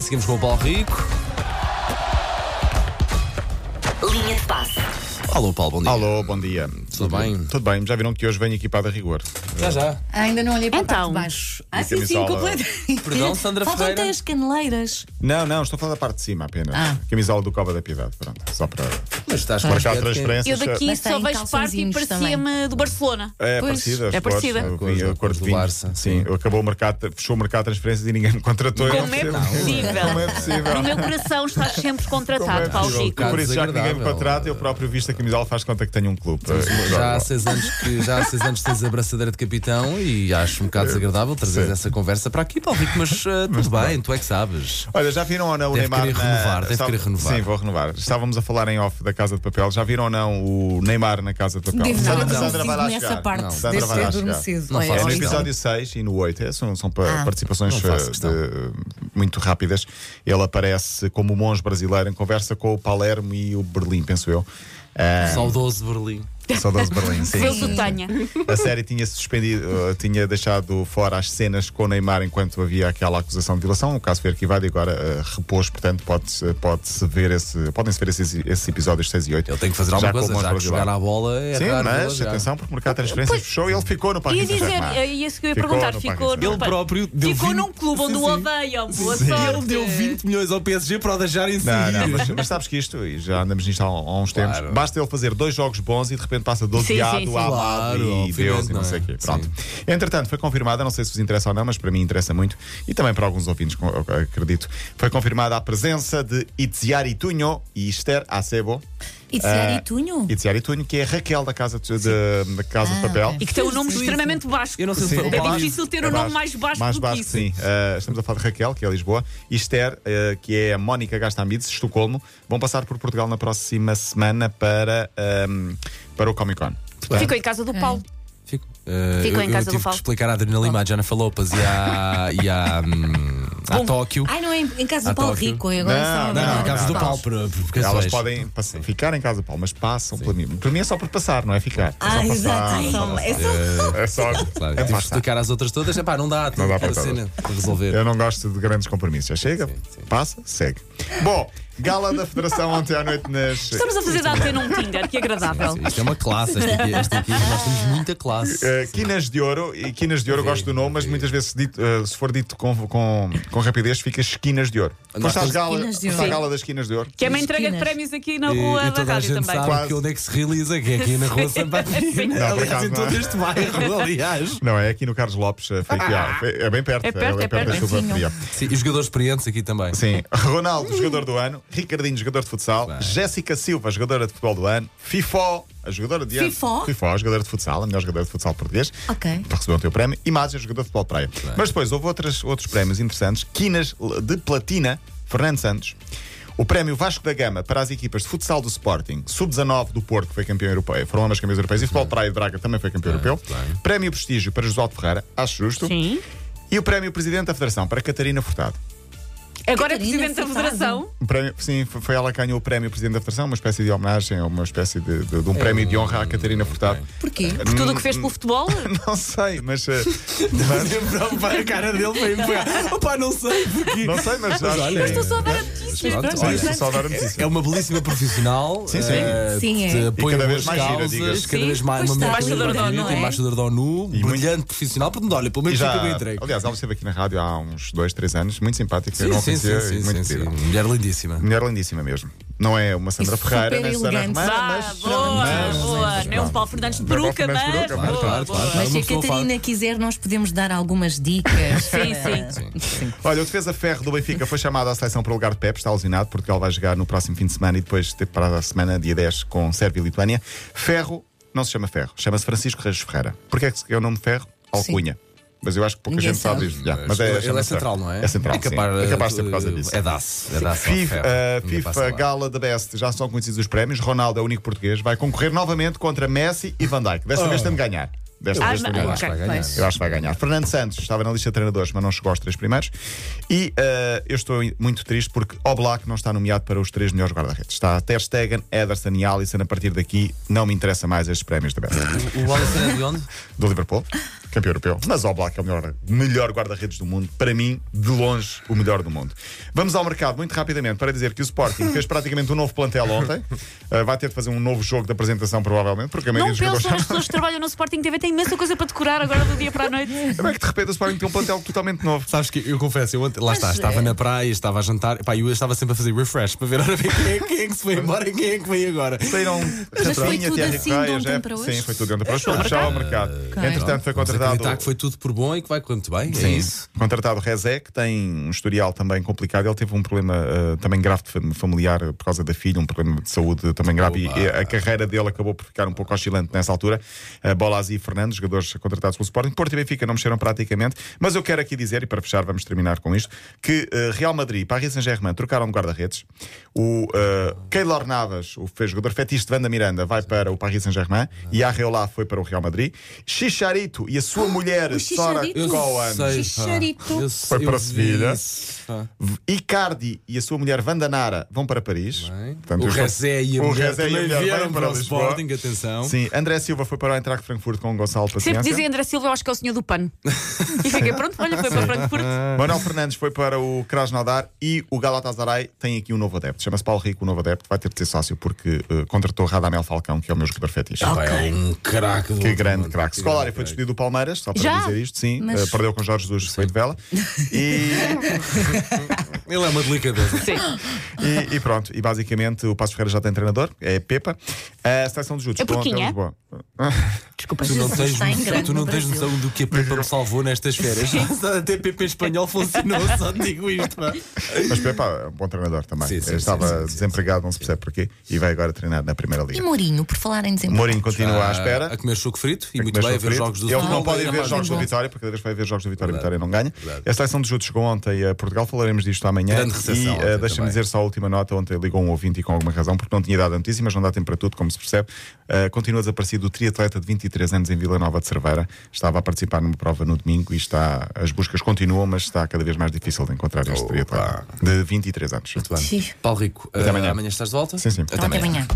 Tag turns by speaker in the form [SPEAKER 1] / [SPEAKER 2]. [SPEAKER 1] seguimos com o Paulo Rico.
[SPEAKER 2] Linha de passe.
[SPEAKER 1] Alô, Paulo, bom dia.
[SPEAKER 3] Alô, bom dia.
[SPEAKER 1] Tudo bem?
[SPEAKER 3] Tudo bem, já viram que hoje venho equipada a rigor.
[SPEAKER 1] Já, já.
[SPEAKER 4] Ainda não olhei para
[SPEAKER 5] Então.
[SPEAKER 4] a parte de baixo. Ah,
[SPEAKER 3] E
[SPEAKER 4] sim, sim,
[SPEAKER 3] camisola.
[SPEAKER 4] completo.
[SPEAKER 1] Perdão, Sandra
[SPEAKER 5] Faltam
[SPEAKER 1] Ferreira.
[SPEAKER 5] 10 caneleiras.
[SPEAKER 3] Não, não, estou a falar da parte de cima apenas.
[SPEAKER 4] Ah.
[SPEAKER 3] Camisola do Cova da Piedade, pronto. Só para
[SPEAKER 1] Mas estás
[SPEAKER 3] marcar
[SPEAKER 1] quieto,
[SPEAKER 3] transferências.
[SPEAKER 5] Eu daqui
[SPEAKER 4] Mas
[SPEAKER 5] só
[SPEAKER 4] tem
[SPEAKER 5] vejo parte e
[SPEAKER 4] calçõezinhos
[SPEAKER 5] parecia-me do Barcelona.
[SPEAKER 3] É
[SPEAKER 5] Pois,
[SPEAKER 3] parecida, as
[SPEAKER 5] É
[SPEAKER 3] cores,
[SPEAKER 5] parecida.
[SPEAKER 3] a cor-
[SPEAKER 1] Coisa,
[SPEAKER 3] a cor de
[SPEAKER 1] do
[SPEAKER 3] vinho.
[SPEAKER 1] Barça,
[SPEAKER 3] Sim,
[SPEAKER 1] sim.
[SPEAKER 3] acabou o mercado, fechou o mercado de transferências e ninguém me contratou. eu
[SPEAKER 5] Como é
[SPEAKER 3] percebo.
[SPEAKER 5] possível?
[SPEAKER 3] Como é possível?
[SPEAKER 5] No meu coração estás sempre
[SPEAKER 3] é
[SPEAKER 5] contratado, Paulo
[SPEAKER 3] possível?
[SPEAKER 5] Rico.
[SPEAKER 1] Rico.
[SPEAKER 3] Por isso, já que ninguém me
[SPEAKER 1] Desagradável.
[SPEAKER 3] contrata, eu próprio visto a camisola faz conta que tenho um clube.
[SPEAKER 1] Já há, seis anos que, já há seis anos que tens a braçadeira de capitão e acho um bocado desagradável trazeres
[SPEAKER 3] É. Sim.
[SPEAKER 1] essa conversa para aqui, Paulo Rico, mas eh, tudo bem, tu é que sabes.
[SPEAKER 3] Olha, já viram ou não
[SPEAKER 1] Deve
[SPEAKER 3] o Neymar?
[SPEAKER 1] querer
[SPEAKER 3] na-
[SPEAKER 1] renovar, deve
[SPEAKER 3] Estava-
[SPEAKER 1] querer renovar.
[SPEAKER 3] Sim, vou renovar. Estávamos a falar em off da Casa de Papel. Já viram ou não o Neymar na Casa de Papel?
[SPEAKER 4] Devo
[SPEAKER 3] Sandra,
[SPEAKER 4] ter
[SPEAKER 3] Sandra vai lá
[SPEAKER 4] adormecido nessa
[SPEAKER 3] chegar.
[SPEAKER 4] parte.
[SPEAKER 1] Não.
[SPEAKER 3] Sandra
[SPEAKER 4] Devo
[SPEAKER 3] vai
[SPEAKER 4] ter
[SPEAKER 3] lá chegar.
[SPEAKER 4] adormecido.
[SPEAKER 1] Não
[SPEAKER 4] Olha,
[SPEAKER 1] faço
[SPEAKER 3] É no
[SPEAKER 1] questão.
[SPEAKER 3] episódio 6 e no 8, é, são, são pa-
[SPEAKER 4] Ah.
[SPEAKER 3] participações
[SPEAKER 1] Não faço
[SPEAKER 3] eh,
[SPEAKER 1] questão.
[SPEAKER 3] de- muito rápidas. Ele aparece como um monge brasileiro em conversa com o Palermo e o Berlim, penso eu. Ah,
[SPEAKER 1] Saudoso Berlim.
[SPEAKER 3] Saudoso Berlim, sim.
[SPEAKER 5] Deus
[SPEAKER 3] sim,
[SPEAKER 5] o
[SPEAKER 3] sim.
[SPEAKER 5] tenha.
[SPEAKER 3] A série tinha suspendido, eh, tinha deixado fora as cenas com Neymar enquanto havia aquela acusação de violação. O caso foi arquivado e agora eh, repôs, portanto, pode-se pode-se ver esse, podem-se ver esses, esses episódios 6 e 8.
[SPEAKER 1] Ele tem que fazer alguma coisa, já que jogar à bola é
[SPEAKER 3] Sim,
[SPEAKER 1] raro.
[SPEAKER 3] mas
[SPEAKER 1] jogar.
[SPEAKER 3] atenção, porque o mercado de transferências fechou e ele ficou no Paris
[SPEAKER 5] Ia dizer,
[SPEAKER 3] Saint-Germain.
[SPEAKER 5] é isso que eu ia
[SPEAKER 3] Ficou
[SPEAKER 5] perguntar.
[SPEAKER 3] no
[SPEAKER 5] Ficou,
[SPEAKER 3] Paris
[SPEAKER 5] no-
[SPEAKER 1] Ele próprio deu
[SPEAKER 5] ficou
[SPEAKER 1] 20
[SPEAKER 5] num clube onde o
[SPEAKER 1] Sim, sim.
[SPEAKER 5] odeiam. Boa
[SPEAKER 1] Sim,
[SPEAKER 5] sorte.
[SPEAKER 1] Ele deu 20 milhões ao PSG para o deixar em
[SPEAKER 3] Não, não,
[SPEAKER 1] seguida.
[SPEAKER 3] mas, mas sabes que isto, e já andamos nisto há, um, há uns
[SPEAKER 1] Claro.
[SPEAKER 3] tempos, basta ele fazer dois jogos bons e de repente passa do
[SPEAKER 5] Sim, sim,
[SPEAKER 3] odiado,
[SPEAKER 5] sim.
[SPEAKER 3] amado
[SPEAKER 1] Claro,
[SPEAKER 3] e
[SPEAKER 1] obviamente,
[SPEAKER 3] Deus e não
[SPEAKER 1] não é?
[SPEAKER 3] sei o quê.
[SPEAKER 1] Sim.
[SPEAKER 3] Pronto. Entretanto, foi confirmada, não sei se vos interessa ou não, mas para mim interessa muito e também para alguns ouvintes, com- acredito. Foi confirmada a presença de Itziar Itunho e Esther Acebo.
[SPEAKER 4] E disser e
[SPEAKER 5] Hum.
[SPEAKER 4] tunho?
[SPEAKER 3] Itziar Itunho, que é a Raquel da Casa de, de- da casa de Papel.
[SPEAKER 5] E que tem um nome
[SPEAKER 4] Sim, sim.
[SPEAKER 5] extremamente baixo.
[SPEAKER 1] Eu não sei se
[SPEAKER 3] Sim.
[SPEAKER 1] foi o
[SPEAKER 3] É
[SPEAKER 1] Paulo.
[SPEAKER 5] difícil ter o nome mais baixo
[SPEAKER 3] mais
[SPEAKER 5] do que
[SPEAKER 3] baixo,
[SPEAKER 5] isso.
[SPEAKER 3] Sim. Ah, estamos a falar de Raquel, que é Lisboa, e Esther, ah, que é a Mónica Gastamides, Estocolmo, vão passar por Portugal na próxima semana para, ahm, para o Comic Con.
[SPEAKER 1] é.
[SPEAKER 5] Ficou em casa do Paulo.
[SPEAKER 1] Fico. Eh,
[SPEAKER 5] Ficou
[SPEAKER 1] eu,
[SPEAKER 5] em casa
[SPEAKER 1] eu
[SPEAKER 5] do
[SPEAKER 1] tive que
[SPEAKER 5] Paulo.
[SPEAKER 1] explicar à Adriana Lima, à Jennifer Lopes e à, e à, hum, à Tóquio.
[SPEAKER 4] Ai, não é em, em casa
[SPEAKER 1] Ah,
[SPEAKER 4] do Paulo
[SPEAKER 1] Tóquio.
[SPEAKER 4] Rico, é agora
[SPEAKER 3] Então, Não,
[SPEAKER 4] só.
[SPEAKER 1] Não,
[SPEAKER 3] não,
[SPEAKER 1] em casa
[SPEAKER 3] não,
[SPEAKER 1] do
[SPEAKER 3] não.
[SPEAKER 1] Paulo, por, por porque
[SPEAKER 3] Elas
[SPEAKER 1] só-
[SPEAKER 3] podem pass- ficar em casa, Paulo, mas passam pela mim. Para mim é só por passar, não é ficar. É só
[SPEAKER 4] Ah,
[SPEAKER 3] passar, só
[SPEAKER 4] exato. São-
[SPEAKER 3] passar.
[SPEAKER 4] É só.
[SPEAKER 3] É só.
[SPEAKER 1] Eh, Claro,
[SPEAKER 3] é
[SPEAKER 1] tive que
[SPEAKER 3] passar.
[SPEAKER 1] explicar às outras todas. Epá, não dá, tem
[SPEAKER 3] Não dá
[SPEAKER 1] que
[SPEAKER 3] para
[SPEAKER 1] a
[SPEAKER 3] todas.
[SPEAKER 1] cena para resolver.
[SPEAKER 3] Eu não gosto de grandes compromissos. Já chega,
[SPEAKER 1] Sim, sim.
[SPEAKER 3] passa, segue. Bom, gala da Federação ontem à noite nas.
[SPEAKER 5] Estamos a fazer data num Tinder, que agradável.
[SPEAKER 1] Sim, Isto é uma classe, esta aqui, esta aqui nós temos muita classe.
[SPEAKER 3] Uh, Quinas de Ouro, e Quinas de Ouro eu gosto do nome, mas muitas vezes se dito, uh, se for dito com, com, com rapidez, fica Esquinas de Ouro.
[SPEAKER 1] Nós
[SPEAKER 3] Foste às
[SPEAKER 1] temos-
[SPEAKER 3] gala,
[SPEAKER 4] Esquinas de
[SPEAKER 3] foste à
[SPEAKER 4] Ouro.
[SPEAKER 3] gala das Esquinas de Ouro.
[SPEAKER 5] Que é uma entrega de
[SPEAKER 4] Esquinas.
[SPEAKER 5] prémios aqui na
[SPEAKER 1] E-
[SPEAKER 5] rua
[SPEAKER 1] e
[SPEAKER 5] da
[SPEAKER 1] toda a
[SPEAKER 5] rádio
[SPEAKER 1] gente
[SPEAKER 5] também.
[SPEAKER 1] sabe
[SPEAKER 3] Quase.
[SPEAKER 1] que onde é que se realiza, que é aqui na Rua Santa
[SPEAKER 5] Não,
[SPEAKER 1] Marina.
[SPEAKER 3] por
[SPEAKER 1] Aliás,
[SPEAKER 3] acaso
[SPEAKER 1] em
[SPEAKER 3] não
[SPEAKER 1] todo
[SPEAKER 3] é.
[SPEAKER 1] este bairro, aliás.
[SPEAKER 3] Não, é aqui no Carlos Lopes, uh, foi aqui, ah, foi- é bem perto,
[SPEAKER 5] É perto,
[SPEAKER 3] bem
[SPEAKER 5] é
[SPEAKER 3] perto da
[SPEAKER 5] perto.
[SPEAKER 3] churrascaria.
[SPEAKER 1] Sim, e os jogadores experientes aqui também.
[SPEAKER 3] Sim, Ronaldo, jogador do ano, Ricardinho, jogador de futsal, Jéssica Silva, jogadora de futebol do ano, Fifó, a jogadora de ano.
[SPEAKER 4] Fifó?
[SPEAKER 3] Fifó, jogadora de futsal, a melhor jogadora de futsal português.
[SPEAKER 4] Ok.
[SPEAKER 3] Recebeu o teu prémio. E Mazia, jogador de futebol de praia. Mas depois houve outras, outros prémios interessantes. Quinas de Platina, Fernando Santos. O prémio Vasco da Gama para as equipas de futsal do Sporting, Sub-19 do Porto, que foi campeão europeu, foram ambas campeões europeias, e futebol de praia de Braga também foi campeão europeu. Prémio Prestígio para Josualdo Ferreira, acho justo.
[SPEAKER 5] Sim.
[SPEAKER 3] E o prémio Presidente da Federação para Catarina Furtado.
[SPEAKER 5] Agora é
[SPEAKER 4] Catarina
[SPEAKER 5] presidente da
[SPEAKER 4] Furtado.
[SPEAKER 5] federação.
[SPEAKER 3] Um prémio- sim, foi foi ela que ganhou o prémio Presidente da Federação, uma espécie de homenagem, uma espécie de, de-
[SPEAKER 1] É.
[SPEAKER 3] de um prémio de honra à Catarina Furtado. Hum,
[SPEAKER 4] Porquê?
[SPEAKER 5] Por tudo o que fez pelo futebol.
[SPEAKER 3] Não sei, mas. eh,
[SPEAKER 1] Lembrou-me para a cara dele para me pegar. Opá, não sei porquê.
[SPEAKER 3] não sei, mas. acho que-
[SPEAKER 1] Mas tu
[SPEAKER 5] Estou a dar a notícia.
[SPEAKER 1] Pronto,
[SPEAKER 3] Sim,
[SPEAKER 1] olha,
[SPEAKER 3] estou só a dar a notícia.
[SPEAKER 1] É uma belíssima profissional.
[SPEAKER 3] Sim, sim.
[SPEAKER 1] eh,
[SPEAKER 4] Sim, é.
[SPEAKER 1] que
[SPEAKER 4] E
[SPEAKER 1] apoia
[SPEAKER 3] cada
[SPEAKER 1] boas
[SPEAKER 3] vez mais gira,
[SPEAKER 1] causas,
[SPEAKER 3] digas.
[SPEAKER 1] cada
[SPEAKER 5] Sim,
[SPEAKER 1] vez mais
[SPEAKER 4] pois
[SPEAKER 1] uma
[SPEAKER 4] está.
[SPEAKER 1] mente
[SPEAKER 5] Embaixadora da
[SPEAKER 1] bonita,
[SPEAKER 5] ONU, é?
[SPEAKER 1] embaixadora da ONU, um
[SPEAKER 3] muito-
[SPEAKER 1] brilhante profissional. Portanto, olha, pelo
[SPEAKER 3] E
[SPEAKER 1] menos fica
[SPEAKER 3] já,
[SPEAKER 1] bem entregue.
[SPEAKER 3] aliás, ela esteve aqui na rádio há uns dois, três anos, muito simpática, eu
[SPEAKER 1] Sim,
[SPEAKER 3] não a
[SPEAKER 1] sim,
[SPEAKER 3] conhecia,
[SPEAKER 1] sim, sim,
[SPEAKER 3] e
[SPEAKER 1] sim,
[SPEAKER 3] muito
[SPEAKER 1] sim.
[SPEAKER 3] querida.
[SPEAKER 1] Mulher lindíssima.
[SPEAKER 3] Mulher lindíssima mesmo. Não é uma Sandra
[SPEAKER 4] E super
[SPEAKER 3] Ferreira, nem Susana
[SPEAKER 4] elegante.
[SPEAKER 3] Romana,
[SPEAKER 5] Ah,
[SPEAKER 3] mas.
[SPEAKER 5] boa,
[SPEAKER 3] mas-
[SPEAKER 5] boa.
[SPEAKER 3] mas-
[SPEAKER 5] Não é um Paulo Fernandes de
[SPEAKER 3] Não é Paulo
[SPEAKER 5] peruca,
[SPEAKER 3] Fernandes de
[SPEAKER 5] mas.
[SPEAKER 3] peruca, mas
[SPEAKER 5] Boa,
[SPEAKER 1] claro, claro.
[SPEAKER 5] boa.
[SPEAKER 4] Mas se
[SPEAKER 1] uma
[SPEAKER 4] a
[SPEAKER 1] pessoa
[SPEAKER 4] Catarina quiser, nós podemos dar algumas dicas.
[SPEAKER 5] Sim, sim.
[SPEAKER 3] Olha, o defesa ferro do Benfica foi chamado à seleção para o lugar de Pep, está alucinado. Portugal vai jogar no próximo fim de semana e depois ter parado a semana, dia 10, com Sérvia e Lituânia. Ferro não se chama Ferro, chama-se Francisco Reis Ferreira. Porquê é que é o nome Ferro? Alcunha. Mas eu acho que pouca
[SPEAKER 4] Ninguém
[SPEAKER 3] gente sabe
[SPEAKER 4] sabe.
[SPEAKER 3] disso. Já,
[SPEAKER 1] Mas ele- ele é
[SPEAKER 3] chama-se
[SPEAKER 1] central,
[SPEAKER 3] Ferro.
[SPEAKER 1] não é?
[SPEAKER 3] É central.
[SPEAKER 1] É capaz,
[SPEAKER 3] sim. é
[SPEAKER 1] eh,
[SPEAKER 3] capaz de ser por causa
[SPEAKER 1] eh,
[SPEAKER 3] disso.
[SPEAKER 1] É DAS. É DAS.
[SPEAKER 3] FIFA, eh,
[SPEAKER 1] Ninguém passa
[SPEAKER 3] FIFA
[SPEAKER 1] lá.
[SPEAKER 3] Gala da Best já são conhecidos os prémios. Ronaldo é o único português. Vai concorrer novamente contra Messi e Van Dijk. Desta
[SPEAKER 1] Oh.
[SPEAKER 3] vez tem de ganhar. Desta
[SPEAKER 5] Ah,
[SPEAKER 3] vez tem de
[SPEAKER 5] mas-
[SPEAKER 3] ganhar.
[SPEAKER 1] Acho que vai
[SPEAKER 5] Ok,
[SPEAKER 1] ganhar.
[SPEAKER 3] Eu acho que vai ganhar. Fernando Santos estava na lista de treinadores, mas não chegou aos três primeiros. E eh, eu estou muito triste porque Oblak não está nomeado para os três melhores guarda-redes. Está Ter Stegen, Ederson e
[SPEAKER 1] Uhum.
[SPEAKER 3] Alisson. A partir daqui, não me interessa mais estes prémios da Best.
[SPEAKER 1] O Alisson é de onde?
[SPEAKER 3] Do Liverpool. campeão europeu. Mas Oblak é o melhor, melhor guarda-redes do mundo. Para mim, de longe, o melhor do mundo. Vamos ao mercado muito rapidamente para dizer que o Sporting fez praticamente um novo plantel ontem. Uh, vai ter de fazer um novo jogo de apresentação, provavelmente, porque a maioria
[SPEAKER 5] Não
[SPEAKER 3] dos
[SPEAKER 5] pensam
[SPEAKER 3] jogadores
[SPEAKER 5] nas pessoas que trabalham no Sporting TV, tem imensa coisa para decorar agora do dia para a noite.
[SPEAKER 3] Como é que de repente o Sporting tem um plantel totalmente novo?
[SPEAKER 1] Sabes que eu confesso, eu ontem, lá está,
[SPEAKER 4] é.
[SPEAKER 1] estava na praia, estava a jantar, pá, e eu estava sempre a fazer refresh para ver ora bem quem é, quem é que se foi embora e quem é que vem agora.
[SPEAKER 3] Saíram
[SPEAKER 4] foi
[SPEAKER 3] Chantrinha,
[SPEAKER 4] tudo
[SPEAKER 3] Tiago
[SPEAKER 4] assim
[SPEAKER 3] Correia,
[SPEAKER 4] de ontem
[SPEAKER 3] Jeff-
[SPEAKER 4] para hoje?
[SPEAKER 3] é. Sim, foi tudo dentro para hoje. Foi fechado ao mercado. Entretanto, foi
[SPEAKER 1] Vamos
[SPEAKER 3] contratado.
[SPEAKER 1] acreditar é que foi tudo por bom e que vai correr muito bem. É isso.
[SPEAKER 3] Contratado Rezé, que tem um historial também complicado. Ele teve um problema eh, também grave de fam- familiar eh, por causa da filha, um problema de saúde também grave. E, eh, a carreira dele acabou por ficar um pouco oscilante nessa altura. Eh, Bolasie e Fernandes, jogadores contratados pelo Sporting. Porto e Benfica não mexeram praticamente. Mas eu quero aqui dizer, e para fechar, vamos terminar com isto, que eh, Real Madrid e Paris Saint-Germain trocaram de guarda-redes. O eh, Keylor Navas, o fe- jogador fetiche de Wanda Miranda, vai para o Paris Saint-Germain. E Arreolá foi para o Real Madrid. Chicharito e a sua mulher, Sora
[SPEAKER 4] Chicharito. Eu
[SPEAKER 3] Cohen.
[SPEAKER 1] pá.
[SPEAKER 4] Chicharito.
[SPEAKER 1] Eu sei,
[SPEAKER 3] Foi para
[SPEAKER 1] eu
[SPEAKER 3] a
[SPEAKER 1] vi
[SPEAKER 3] Sevilha.
[SPEAKER 1] isso, pá.
[SPEAKER 3] Icardi e a sua mulher Vandanara vão para Paris.
[SPEAKER 1] Bem.
[SPEAKER 3] Portanto,
[SPEAKER 1] o
[SPEAKER 3] os-
[SPEAKER 1] Rezé e a
[SPEAKER 3] o
[SPEAKER 1] mulher
[SPEAKER 3] Rezé e a
[SPEAKER 1] também
[SPEAKER 3] mulher
[SPEAKER 1] vieram
[SPEAKER 3] vêm
[SPEAKER 1] para o
[SPEAKER 3] Lisboa.
[SPEAKER 1] Sporting, atenção.
[SPEAKER 3] Sim, André Silva foi para o Eintracht Frankfurt com o Gonçalo Paciência.
[SPEAKER 5] Sempre dizem André Silva, eu acho que é o senhor do pano. E fiquei pronto, olha, foi para Frankfurt.
[SPEAKER 3] Manuel Fernandes foi para o Krasnodar e o Galatasaray tem aqui um novo adepto. Chama-se Paulo Rico, o novo adepto. Vai ter de ser sócio porque eh, contratou Radamel Falcão, que é o meu jogador fetiche.
[SPEAKER 1] Pá, É um craque do
[SPEAKER 3] Que
[SPEAKER 1] outro
[SPEAKER 3] grande
[SPEAKER 1] mundo.
[SPEAKER 3] craque.
[SPEAKER 1] Que
[SPEAKER 3] Scolari
[SPEAKER 1] grande
[SPEAKER 3] foi
[SPEAKER 1] craque.
[SPEAKER 3] despedido do Palmeiras, só para
[SPEAKER 5] Já?
[SPEAKER 3] dizer isto, sim.
[SPEAKER 4] Mas-
[SPEAKER 3] Eh, perdeu com Jorge Jesus, foi de vela. E
[SPEAKER 1] Ele é uma delicadeza.
[SPEAKER 5] Sim.
[SPEAKER 3] E, e pronto, e basicamente o Passo Ferreira já tem treinador, é Pepa. A seleção de Judos
[SPEAKER 5] É
[SPEAKER 3] vão até
[SPEAKER 5] porquinha?
[SPEAKER 3] Lisboa.
[SPEAKER 5] Desculpa.
[SPEAKER 1] Tu não
[SPEAKER 4] Jesus
[SPEAKER 1] tens,
[SPEAKER 4] está em
[SPEAKER 1] noção,
[SPEAKER 4] grande
[SPEAKER 1] tu não
[SPEAKER 4] no
[SPEAKER 1] tens
[SPEAKER 4] Brasil.
[SPEAKER 1] noção do que a Pepa me salvou nestas férias. Até PP espanhol funcionou, só te digo isto. pá.
[SPEAKER 3] Mas Pepa é um bom treinador também.
[SPEAKER 1] Sim, sim,
[SPEAKER 3] Ele Estava
[SPEAKER 1] sim, sim, sim,
[SPEAKER 3] desempregado, não se percebe porquê, e vai agora treinar na Primeira
[SPEAKER 4] E
[SPEAKER 3] Liga.
[SPEAKER 4] Mourinho, por falar em desempenho.
[SPEAKER 3] Mourinho continua à espera.
[SPEAKER 1] Ah, A comer choco frito e
[SPEAKER 3] Tem É que
[SPEAKER 1] muito
[SPEAKER 3] comer
[SPEAKER 1] bem a ver
[SPEAKER 3] sofrido.
[SPEAKER 1] jogos do
[SPEAKER 3] Eles
[SPEAKER 1] Futebol
[SPEAKER 3] não podem
[SPEAKER 1] League,
[SPEAKER 3] ver
[SPEAKER 1] pá.
[SPEAKER 3] jogos
[SPEAKER 4] bom.
[SPEAKER 3] do Vitória, porque cada vez que vai ver jogos do Vitória,
[SPEAKER 1] Verdade.
[SPEAKER 3] Vitória não ganha.
[SPEAKER 1] Verdade.
[SPEAKER 3] A seleção de Judos chegou ontem a Portugal, falaremos disto amanhã.
[SPEAKER 1] Grande recessão
[SPEAKER 3] e
[SPEAKER 1] ontem
[SPEAKER 3] eh, deixa-me
[SPEAKER 1] também.
[SPEAKER 3] dizer só a última nota: ontem ligou um ouvinte e com alguma razão, porque não tinha dado a notícia, mas não dá tempo para tudo, como se percebe. Eh, continua desaparecido o triatleta de 23 anos em Vila Nova de Cerveira. Estava a participar numa prova no domingo e está, as buscas continuam, mas está cada vez mais difícil de encontrar este triatleta de 23 anos.
[SPEAKER 1] Muito bem.
[SPEAKER 4] Sim.
[SPEAKER 1] Paulo Rico,
[SPEAKER 3] Até
[SPEAKER 1] eh,
[SPEAKER 3] amanhã.
[SPEAKER 1] amanhã estás de volta?
[SPEAKER 3] Sim, sim.
[SPEAKER 1] Até
[SPEAKER 4] Pronto, amanhã.